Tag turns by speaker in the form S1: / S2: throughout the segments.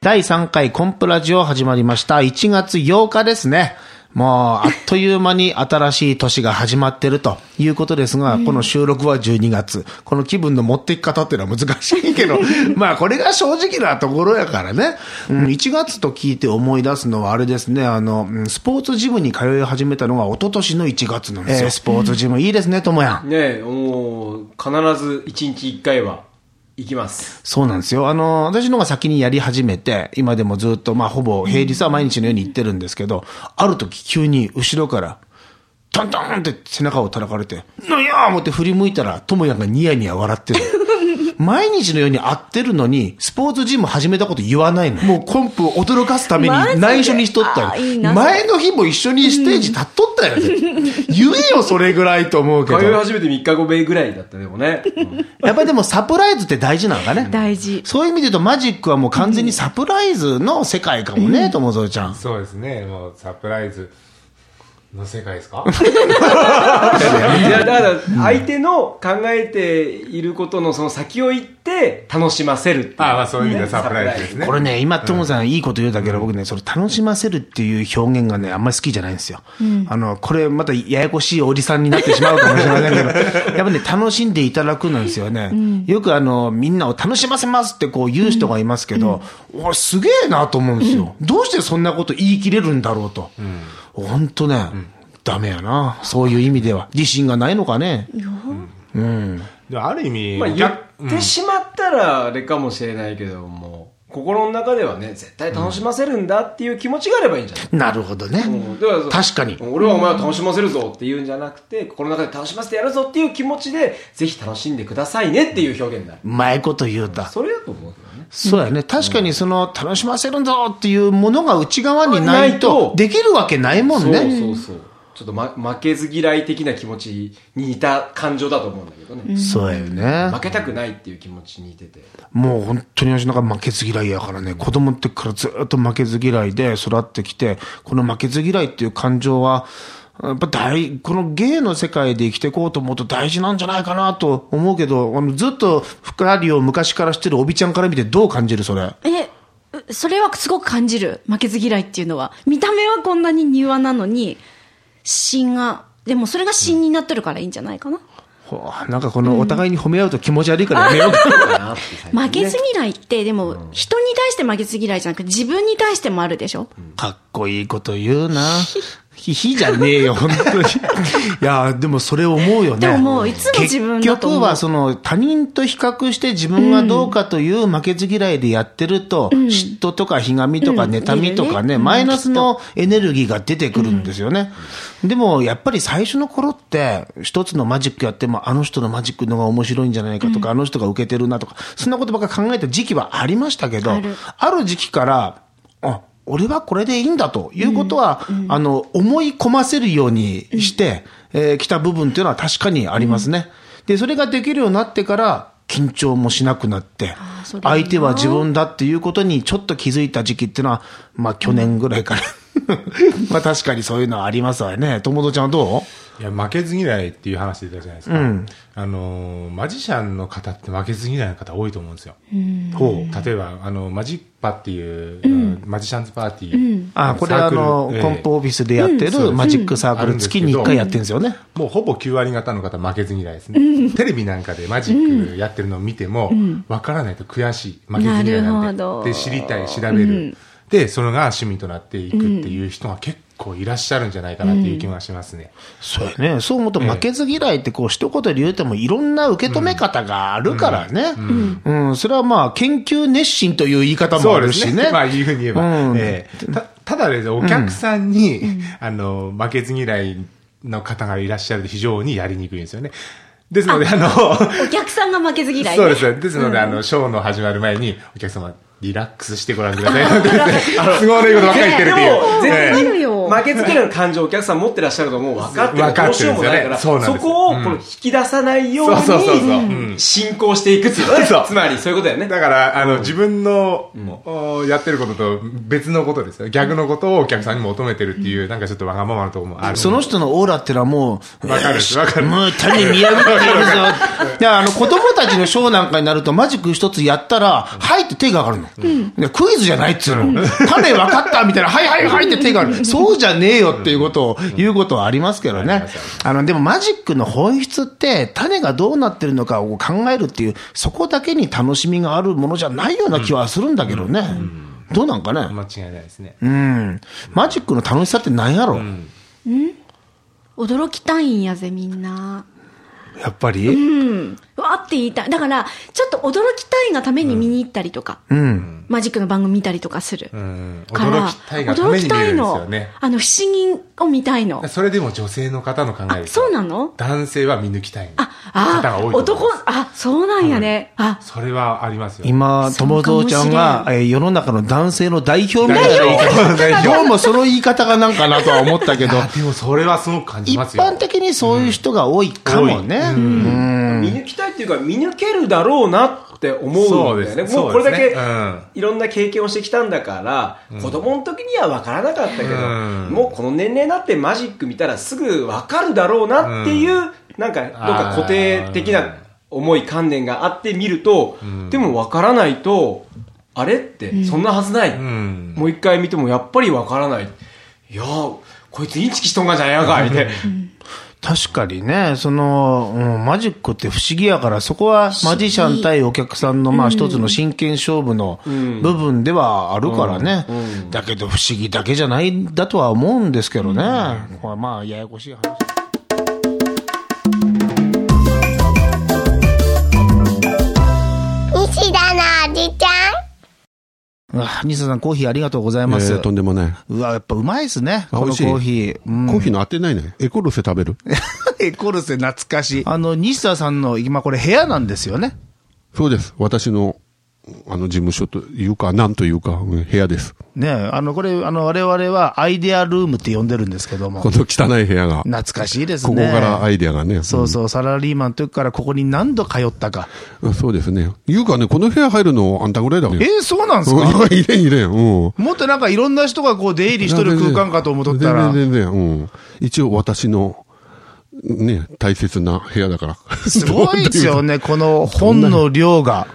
S1: 第3回コンプラジオ始まりました。1月8日ですね。もう、あっという間に新しい年が始まってるということですが、この収録は12月。この気分の持っていき方っていうのは難しいけ ど、まあこれが正直なところやからね。うん1月と聞いて思い出すのはあれですね、あの、うんスポーツジムに通い始めたのが一昨年の1月なんですよ。スポーツジムいいですね、ともやん。
S2: ねえ、もう、必ず1日1回は行きます。
S1: そうなんですよ。あの、私のが先にやり始めて、今でもずっと、まあ、ほぼ平日は毎日のように行ってるんですけど、ある時急に後ろから、トントンって背中を叩かれて、なんやー思って振り向いたら、ともやんがニヤニヤ笑 ってる。毎日のように会ってるのに、スポーツジム始めたこと言わないの。もうコンプを驚かすため
S3: マジ
S1: に
S3: で
S1: 内緒にしとった
S3: あ
S1: よ
S3: ーいいな
S1: 前の日も一緒にステージ立っとったよ。言えよ、それぐらいと思うけ
S2: 通い
S1: ど。
S2: 始めて3日後目ぐらいだったねでもね。うん
S1: やっぱりでもサプライズって大事なのかね。
S3: 大事。
S1: そういう意味で言うと、マジックはもう完全にサプライズの世界かもね、友蔵ちゃん。
S4: そうですね、もうサプライズの世界 ですか
S2: いや、だから、相手の考えていることのその先を行って、楽しませるっていう。
S4: ああ、まあそういう意味ではサプライズですね。
S1: これね、今、友さん、いいこと言うだけど、僕ね、それ、楽しませるっていう表現がね、あんまり好きじゃないんですよ。あの、これ、また、ややこしいおじさんになってしまうかもしれませんけ ど、やっぱね、楽しんでいただくなんですよね。よく、あの、みんなを楽しませますってこう言う人がいますけど、おい、すげえなと思うんですよ。どうしてそんなこと言い切れるんだろうと。ほんとね、ダメやな。そういう意味では。自信がないのかね。うん。
S4: でもある意味、
S2: まあ、言
S4: 逆
S2: ってしまったらあれかもしれないけども、心の中ではね、絶対楽しませるんだっていう気持ちがあればいいんじゃない、
S1: なるほどね。
S2: うんだらそう
S1: 確かに
S2: 俺はお前を楽しませるぞっていうんじゃなくて、心の中で楽しませてやるぞっていう気持ちで、ぜひ楽しんでくださいねっていう表現になる。
S1: うまいこと言うた。
S2: それだと思うけどね。
S1: そうやね。確かにその、楽しませるんぞっていうものが内側にない
S2: ない
S1: と
S2: と、
S1: できるわけないもんね。
S2: そうそうそう。ちょっと、ま、負けず嫌い的な気持ちに似た感情だと思うんだけどね。
S1: そうやよね
S2: 負。けたくないっていう気持ちに似てて。
S1: もう本当に私なんか負けず嫌いやからね、子供の時からずっと負けず嫌いで育ってきて、この負けず嫌いっていう感情は、やっぱ大、この芸の世界で生きていこうと思うと大事なんじゃないかなと思うけど、あのずっとふくらりを昔からしてるおびちゃんから見てどう感じるそれ。
S3: え、うそれはすごく感じる。負けず嫌いっていうのは。見た目はこんなに柔和なのに、芯が、でもそれが芯になってるからいいんじゃないかな。
S1: ほうなんかこのお互いに褒め合うと気持ち悪いからやめようか。
S3: 負けず嫌いって、でも、人に対して負けず嫌いじゃなくて、自分に対してもあるでしょ
S1: かっこいいこと言うな。ひひじゃねえよ、本 当に。いや、でもそれ思うよね。
S3: でももういつも自分だと思
S1: 結局
S3: う
S1: はその他人と比較して自分がどうかという負けず嫌いでやってると、嫉妬とかひがみとか
S3: うん
S1: 妬みとかね、
S3: うん
S1: マイナスのエネルギーが出てくるんですよね。でもやっぱり最初の頃って、一つのマジックやってもあの人のマジックの方が面白いんじゃないかとか、あの人が受けてるなとか、そんなことばっか考えた時期はありましたけど、
S3: ある
S1: ある時期から、あ、俺はこれでいいんだということは、あの、思い込ませるようにして、えー来た部分というのは確かにありますね。で、それができるようになってから、緊張もしなくなって
S3: あーそ、れいいな
S1: 相手は自分だっていうことにちょっと気づいた時期っていうのは、まあ去年ぐらいから。まあ確かにそういうのはありますわね。友達ちゃんはど
S4: いや、負けず嫌いっていう話でいたじゃないですか。あのー、マジシャンの方って負けず嫌いの方多いと思うんですよ。ほう例えば、あの、マジッパっていう、うんマジシャンズパーティー。
S1: うあー、これ
S4: サー
S1: あ
S4: クル
S1: の、
S4: ええ
S1: コンプオフィスでやってるマジックサーク
S4: う
S1: ル
S4: ん
S1: 月に1回やってるんですよね。
S4: もうほぼ9割方の方負けず嫌いですね。テレビなんかでマジックやってるのを見ても、わからないと悔しい。負けず嫌いな
S3: なんるほど
S4: で。で、知りたい、調べる。で、それが趣味となっていくっていう人が結構いらっしゃるんじゃないかなっていう気がしますね。
S1: そうやね。そう思うと負けず嫌いってこう一言で言うてもいろんな受け止め方があるからね。うん。うんそれはまあ研究熱心という言い方もあ
S4: そう
S1: る
S4: です
S1: し
S4: ね。
S1: ね。
S4: まあ、いうふうに言えば。
S1: うん
S4: ええたただですねお客さんに、あの、負けず嫌いの方がいらっしゃると非常にやりにくいんですよね。ですので、あの、
S3: お客さんが負けず嫌い、ね。
S4: そうです。ですので、あの、ショーの始まる前に、お客様、リラックスしてご覧ください。都合のいいことばっかり言ってるっていう。
S3: ね
S4: ええ
S3: わかるよ
S2: 負けず嫌いの感情をお客さん持ってらっしゃるのはもう分かって
S4: 分
S2: る。
S4: か
S2: どう
S4: って
S2: し
S4: る
S2: よ
S4: ん
S2: う
S4: ですよね
S2: もないから、
S4: そう
S2: そ
S4: なんですよ
S2: こを
S4: うん
S2: この引き出さないよう
S4: そうそうそうそうう
S2: に
S4: ん
S2: 進行していくっていうね
S4: そう
S2: つまりそういうことだよね。
S4: だから、あの、自分の、おやってることと別のことですよ。逆のことをお客さんに求めてるっていう、なんかちょっとわがままなところもある。
S1: その人のオーラってのはもう、
S4: わかる
S1: よし
S4: わかる
S1: もう種見破ってやるぞ。だからあの子供たちのショーなんかになるとマジック一つやったら、はいって手が上がるの。でクイズじゃないっつうの。種分かったみたいな、はいはいはいって手が上がる。そうじゃねえよっていうことを言うことはありますけどね。あの、でもマジックの本質って種がどうなってるのかを考えるっていう、そこだけに楽しみがあるものじゃないような気はするんだけどね。どうなんかね。
S4: 間違いないですね。
S1: うん。マジックの楽しさって何やろ、
S3: 驚きたいんやぜ、みんな。
S1: やっぱり、
S3: わーって言いたい。だから、ちょっと驚きたいがために見に行ったりとか、
S1: うん。
S3: マジックの番組見たりとかする。
S4: うん。
S3: から
S4: 驚きたいがために見えるんです
S3: 驚
S4: よ
S3: きたい
S4: ね
S3: の。あの、不思議を見たいの。
S4: それでも女性の方の考えで
S3: あ、
S4: すよ
S3: そうなの
S4: 男性は見抜きたい
S3: あ、
S4: 方が
S3: あ、
S4: 多いと思
S3: 男
S4: います、
S3: あ、そうなんやね。あ、
S4: それはありますよ。
S1: 今、友蔵ちゃんが、えー世の中の男性の代表みたいな言い方。
S4: 代表
S1: 今日もその言い方がなんかなとは思ったけ
S4: い
S1: ど、
S4: やでもそれはすごく感じ
S1: 一
S4: ますよ。
S1: 般的にそういう人が多いかもね。うん
S2: 見抜きたいっていうか、見抜けるだろうなって思うんだよね。
S4: そうです
S2: もうこれだけ
S4: そうですねうん
S2: いろんな経験をしてきたんだから、子供の時には分からなかったけど、
S4: うん
S2: もうこの年齢になってマジック見たらすぐ分かるだろうなっていう、なんか、どっか固定的な思い観念があって見ると、
S4: ん
S2: でも分からないと、あれって、そんなはずない。
S4: うん。
S2: もう一回見てもやっぱり分からない。いやー、こいつインチキしとんがじゃんやんか、みたいな。
S1: 確かにね、その、うんマジックって不思議やから、そこはマジシャン対お客さんの、まあ一つの真剣勝負の
S2: ん
S1: 部分ではあるからね。
S2: うんうん
S1: だけど不思議だけじゃないんだとは思うんですけどね。これまあ、ややこしい話。
S5: 西田のおじちゃん
S1: あ西田さん、コーヒーありがとうござい
S6: え
S1: ます。
S6: ーとんでもない。
S1: うわ、やっぱうまいですね。
S6: あ
S1: こ
S6: 美
S1: の
S6: 味
S1: コ
S6: しい
S1: ーヒー。うん
S6: コーヒーの当てないね。エコルセ食べる
S1: エコルセ懐かしい。あの、西田さんの、今これ部屋なんですよね。
S6: そうです。私の、あの、事務所というか、なんというか、うん部屋です。
S1: ねえあの、これ、あの、我々はアイデアルームって呼んでるんですけども。
S6: この汚い部屋が、
S1: 懐かしいです
S6: ここ
S1: ね。
S6: からアイデアがね。
S1: そうそう、サラリーマンの時からここに何度通ったか。
S6: うん。そうですね。いうかね、この部屋入るのあんたぐらいだもん。
S1: えーそうなんです
S6: うん
S1: か
S6: いれんいれん。うん。
S1: もっとなんかいろんな人がこう出入りしてる空間かと思っとった ら。
S6: 全然全然、うん。一応私の、ね、大切な部屋だから。
S1: すごいですよ
S6: どういう
S1: ね、この本の量が。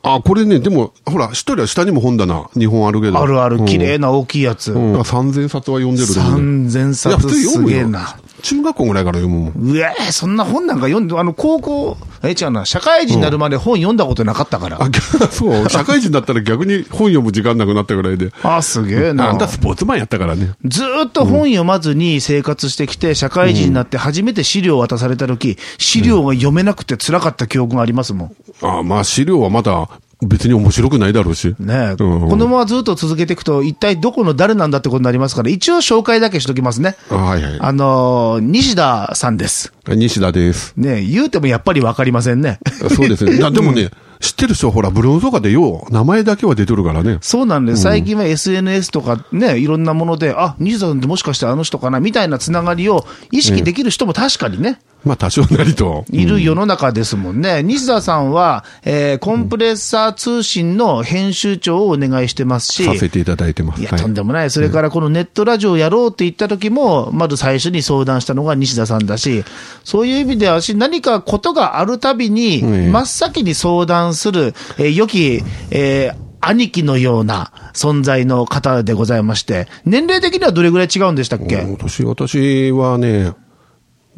S6: あ、これね、でも、ほら、一人は下にも本棚、日本あるけど。
S1: あるある、綺麗
S6: な。
S1: な大きいやつ。
S6: うん。だから3000冊は読んでると思うね
S1: 3000
S6: いや、普
S1: 冊
S6: 通
S1: す
S6: 読む
S1: げえ
S6: よ
S1: な。。
S6: 中学校ぐらいから読むもん。
S1: うえーそんな本なんか読んで、あの、高校、え、違うな、社会人になるまで本読んだことなかったから。
S6: あ、ぎゃそう。 社会人だったら逆に本読む時間なくなったぐらいで。
S1: あ、すげえ
S6: あ。
S1: なん
S6: たスポーツマンやったからね。
S1: ずーっと本読まずに生活してきて、社会人になって初めて資料を渡された時、資料が読めなくて辛かった記憶がありますもん。
S6: あまあ資料はまだ別に面白くないだろうし。
S1: ねえ、
S6: うん
S1: このままずっと続けていくと、一体どこの誰なんだってことになりますから、一応紹介だけしときますね。
S6: あはいは
S1: あのー西田さんです。
S6: い。西田です。
S1: ねえ言うてもやっぱりわかりませんね。
S6: そうですね。だでもね、知ってる人はほら、ブログとかでよう、名前だけは出てるからね。
S1: そうなんです。最近は SNS とかね、いろんなもので、あ、西田さんってもしかしてあの人かな、みたいなつながりを意識できる人も確かにね、
S6: まあ多少なりと。
S1: いる世の中ですもんね。西田さんは、えーコンプレッサー通信の編集長をお願いしてますし、
S6: させていただいてます。
S1: いや、
S6: はい
S1: とんでもない。それからこのネットラジオをやろうって言った時も、まず最初に相談したのが西田さんだし、そういう意味では私、何かことがあるたびに、
S6: うん
S1: 真っ先に相談する、えー良き、えー兄貴のような存在の方でございまして、年齢的にはどれぐらい違うんでしたっ
S6: うん
S1: け
S6: 年、私はね、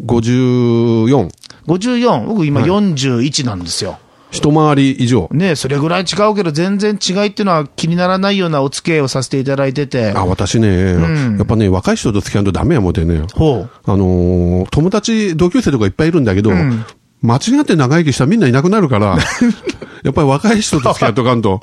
S6: 54。
S1: ?54。僕今41なんですよ。
S6: 一回り以上。
S1: ねえそれぐらい違うけど、全然違いっていうのは気にならないようなお付き合いをさせていただいてて。
S6: あ、私ね、
S1: ん
S6: やっぱね、若い人と付き合うとダメやもんでね。
S1: ほう。
S6: あのー友達、同級生とかいっぱいいるんだけど、間違って長生きしたらみんないなくな るから、やっぱり若い人と付き合っとかんと、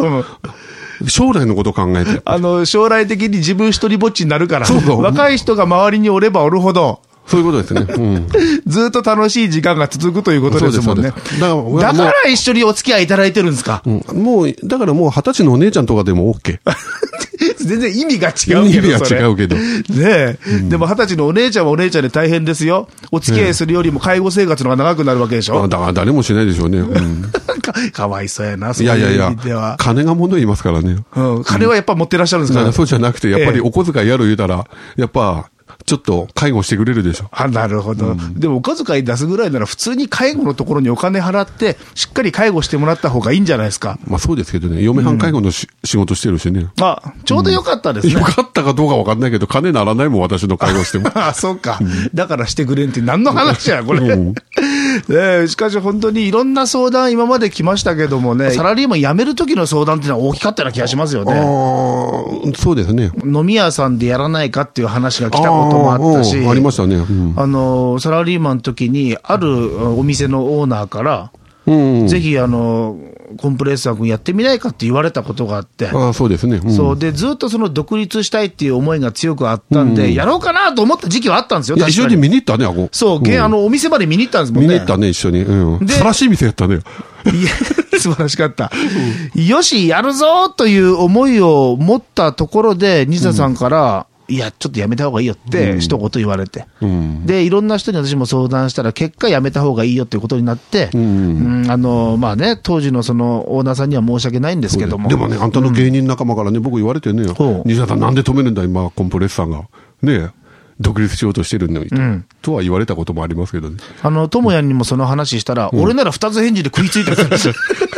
S6: 将来のこと考えて。
S1: あの、将来的に自分一人ぼっちになるから、
S6: そうそう
S1: 若い人が周りにおればおるほど、
S6: そういうことですね。うん。
S1: ずっと楽しい時間が続くということですもんね
S6: そうですそうですだから。もう
S1: だから一緒にお付き合いいただいてるんです か
S6: うんもう、だからもう二十歳のお姉ちゃんとかでも OK。
S1: 全然意味が違うけど。
S6: 意味が
S1: それ
S6: 違うけど
S1: ねえ。でも二十歳のお姉ちゃんはお姉ちゃんで大変ですよ。お付き合いするよりも介護生活の方が長くなるわけでし
S6: あ
S1: ょ。
S6: だから誰もしないでしょう ね。うん、
S1: かかわいそうやな、そ
S6: いうやいやい
S1: いう意
S6: や
S1: 味では、。
S6: 金が物言いますからね。
S1: うん、金はやっぱ持ってらっしゃるんです
S6: だ
S1: か
S6: から
S1: ら
S6: そうじゃなくて、やっぱ
S1: ええ
S6: りお小遣いやる言うたら、やっぱ、ちょっと介護してくれるでしょ。
S1: あ、なるほど。でもお小遣い出すぐらいなら普通に介護のところにお金払って、しっかり介護してもらった方がいいんじゃないですか。
S6: まあそうですけどね、嫁はん介護のし、仕事してるしね。
S1: あ、ちょうどよかったですね。。
S6: よかったかどうかわかんないけど、金ならないもん、私の介護しても
S1: ああ、そうか。だからしてくれんって何の話や、これ。
S6: うん
S1: ね えしかし本当にいろんな相談今まで来ましたけどもね、サラリーマン辞める時の相談っていうのは大きかったような気がしますよね。
S6: ああ、そうですね。
S1: 飲み屋さんでやらないかっていう話が来たこともあったし、
S6: あーうんありましたね。うん。
S1: あの、サラリーマンの時に、あるお店のオーナーから、
S6: うんうん
S1: ぜひ、あの、コンプレッサー君やってみないかって言われたことがあって、
S6: ああ、そうですね。うん
S1: そう、で、ずっとその独立したいっていう思いが強くあったんで、やろうかなと思った時期はあったんですよ、
S6: いや、
S1: 確
S6: 一緒
S1: か
S6: に
S1: に。
S6: 見に行ったね、あこ。
S1: そう、げ
S6: ん
S1: あの、お店まで見に行ったんですもん
S6: 見
S1: ね。
S6: に行ったね、一緒に。うん。
S1: で
S6: 素晴らしい店やったね。
S1: いや、 素晴らしかった。よし、やるぞという思いを持ったところで、西田さんから、いや、ちょっとやめた方がいいよって、一言言われて。
S6: うん。
S1: で、いろんな人に私も相談したら、結果やめた方がいいよっていうことになって、
S6: う
S1: うんん、あの、まあね、当時のそのオーナーさんには申し訳ないんですけども。
S6: でもね、あんたの芸人仲間からね、僕言われてね
S1: ほう、
S6: 西田さんなんで止めるんだ、今、コンプレッサーが。ねえ独立しようとしてるのにと。とは言われたこともありますけどね。
S1: あの、ともやにもその話したら、俺なら二つ返事で食いついたん ですよ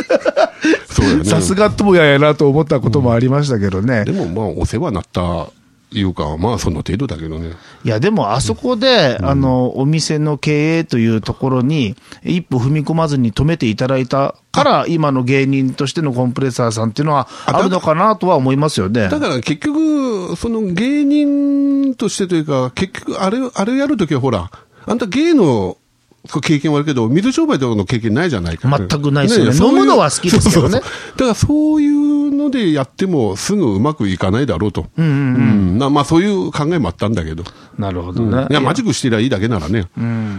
S6: そうだよね。
S1: さすがともややなと思ったこともありましたけどね。
S6: でもまあ、お世話になった、いうか、まあ、その程度だけどね。
S1: いや、でもあそこで、あの、お店の経営というところに、一歩踏み込まずに止めていただいたから、今の芸人としてのコンプレッサーさんっていうのは
S6: あだ
S1: あるのかなとは思いますよね。
S6: だから結局、その芸人としてというか、結局、あれ、あれやるときはほら、あんた芸の、経験はあるけど、水商売とかの経験ないじゃないか。
S1: 全くないですよね
S6: そういう
S1: 飲むのは好きですけどね
S6: そうそうそうだからそういうのでやってもすぐうまくいかないだろうと。うんなまあそういう考えもあったんだけど。
S1: なるほどね。
S6: いや、マジックしてりゃいいだけならね。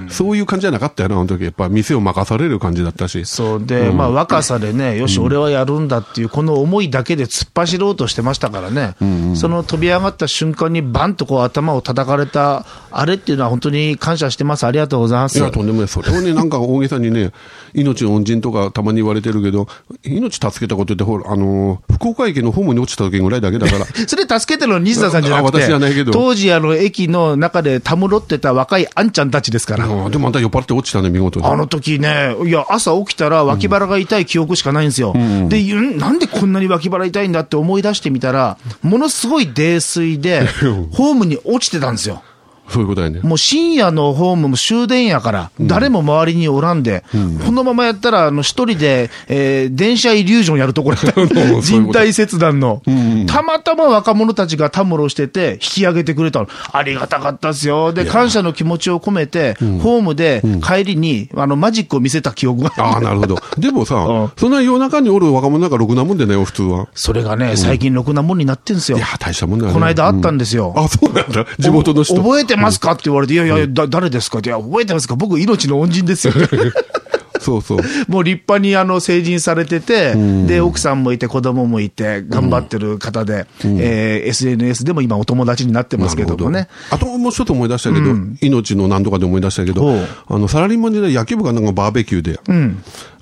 S6: そういう感じじゃなかったよな、あの時。やっぱ店を任される感じだったし。
S1: そうで、まあ若さでね、よし、俺はやるんだっていう、この思いだけで突っ走ろうとしてましたからね、その飛び上がった瞬間に、バンとこう頭を叩かれた、あれっていうのは、本当に感謝してます、ありがとうございま
S6: い
S1: す。
S6: や、とんでもない。それをね、なんか大げさにね、命の恩人とかたまに言われてるけど、命助けたことって、ほら、あのー福岡駅のホームに落ちた時ぐらいだけだから、
S1: それ助けてるのは西田さんじゃなく
S6: あ私じゃない
S1: て
S6: け、ど
S1: 当時、あの、駅の中でたむろってた若いあんちゃんたちですから。
S6: あーでもあんた酔っ払って落ちたね、見事に。
S1: あの時ね、いや、朝起きたら脇腹が痛い記憶しかないんですよ。で、んなんでこんなに脇腹痛いんだって思い出してみたら、ものすごい泥酔で、ホームに落ちてたんですよ。
S6: そういうことだよね。
S1: もう深夜のホームも終電やから、誰も周りにおらんで、このままやったら、あの、一人で、えー電車イリュージョンやるところだった
S6: う
S1: の。
S6: んそうい
S1: 人
S6: うこと
S1: 体切断の。たまたま若者たちがたむろしてて、引き上げてくれたの。ありがたかったっすよ。で、感謝の気持ちを込めて、ホームで帰りに、あの、マジックを見せた記憶が
S6: ああ、なるほど。でもさ、
S1: うん
S6: そんな夜中におる若者なんかろくなもんでないよ、普通は。
S1: それがね、最近ろくなもんになってんすよ
S6: いや。、大したもんだよ、ね。
S1: この間あったんですよ。
S6: あ、そうなんだ。地元の人。
S1: お覚えてますかって言われて、いやいや、だ誰ですかって、いや、覚えてますか僕、命の恩人です よ。
S6: そうそう。
S1: もう立派にあの成人されてて、で、奥さんもいて、子供もいて、頑張ってる方で、えー SNS でも今、お友達になってますけどもね。
S6: あともうちょっと思い出したけど、命の何とかで思い出したけ
S1: ほ
S6: ど
S1: う、
S6: あの、サラリーマン時代野球部かなんかバーベキューで、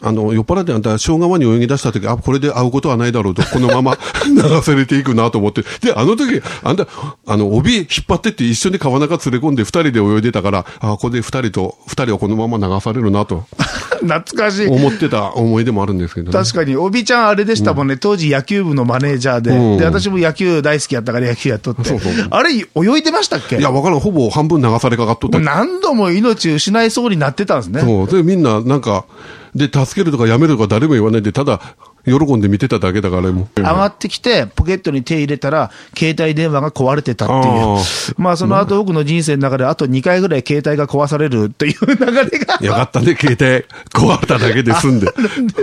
S6: あの、酔っ払ってあんた、正午に泳ぎ出した時、あ、これで会うことはないだろうと、この まま流されていくなと思って。で、あの時、あんた、あの、帯引っ張ってって一緒に川中連れ込んで二人で泳いでたから、あ、ここで二人と、二人はこのまま流されるなと
S1: 懐かしい。
S6: 思ってた思い出もあるんですけどね。
S1: 確かに、おびちゃんあれでしたもんね、当時野球部のマネージャーで、
S6: うん
S1: で、私も野球大好きやったから野球やっとって、
S6: そうそう
S1: あれ、泳いでましたっけ
S6: いや、わからん。ほぼ半分流されかかっとった
S1: 何度も命失いそうになってたんですね。
S6: そう。で、みんな、なんか、で、助けるとかやめるとか誰も言わないで、ただ、喜んで見てただけだから、もう。
S1: 上がってきて、ポケットに手入れたら、携帯電話が壊れてたって
S6: あ
S1: いう
S6: ー。
S1: まあ、その後、僕の人生の中で、あと2回ぐらい携帯が壊されるという流れが、
S6: よかったね、携帯。壊れただけで済んで。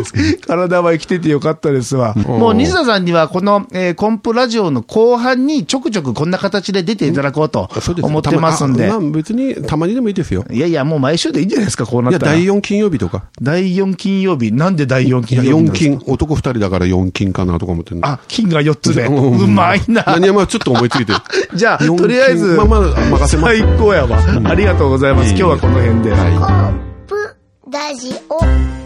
S1: 体は生きててよかったですわ。もう、西田さんには、この、えーコンプラジオの後半に、ちょくちょくこんな形で出ていただこうと
S6: そうです
S1: 思ってますんで
S6: た。まあ別に、たまにでもいいですよ。
S1: いやいや、もう毎週でいいんじゃないですか、こうないっ
S6: や、
S1: たら
S6: 第。4金曜日とか。
S1: 第4金曜日。なんで第4
S6: い
S1: 金
S6: や、
S1: 曜日なん
S6: 4
S1: ですか
S6: 金、男2人だから4金かなとか思ってんの
S1: あ、金が4つで。
S6: ん
S1: うまいな。
S6: 何やまあちょっと思いついて。
S1: じゃあ、
S6: 四金
S1: とりあえず、
S6: まあまあ任せます
S1: 最高やわ。ありがとうございます。
S6: いえいえ
S1: 今日はこの辺で。
S6: はい
S5: コップラジオ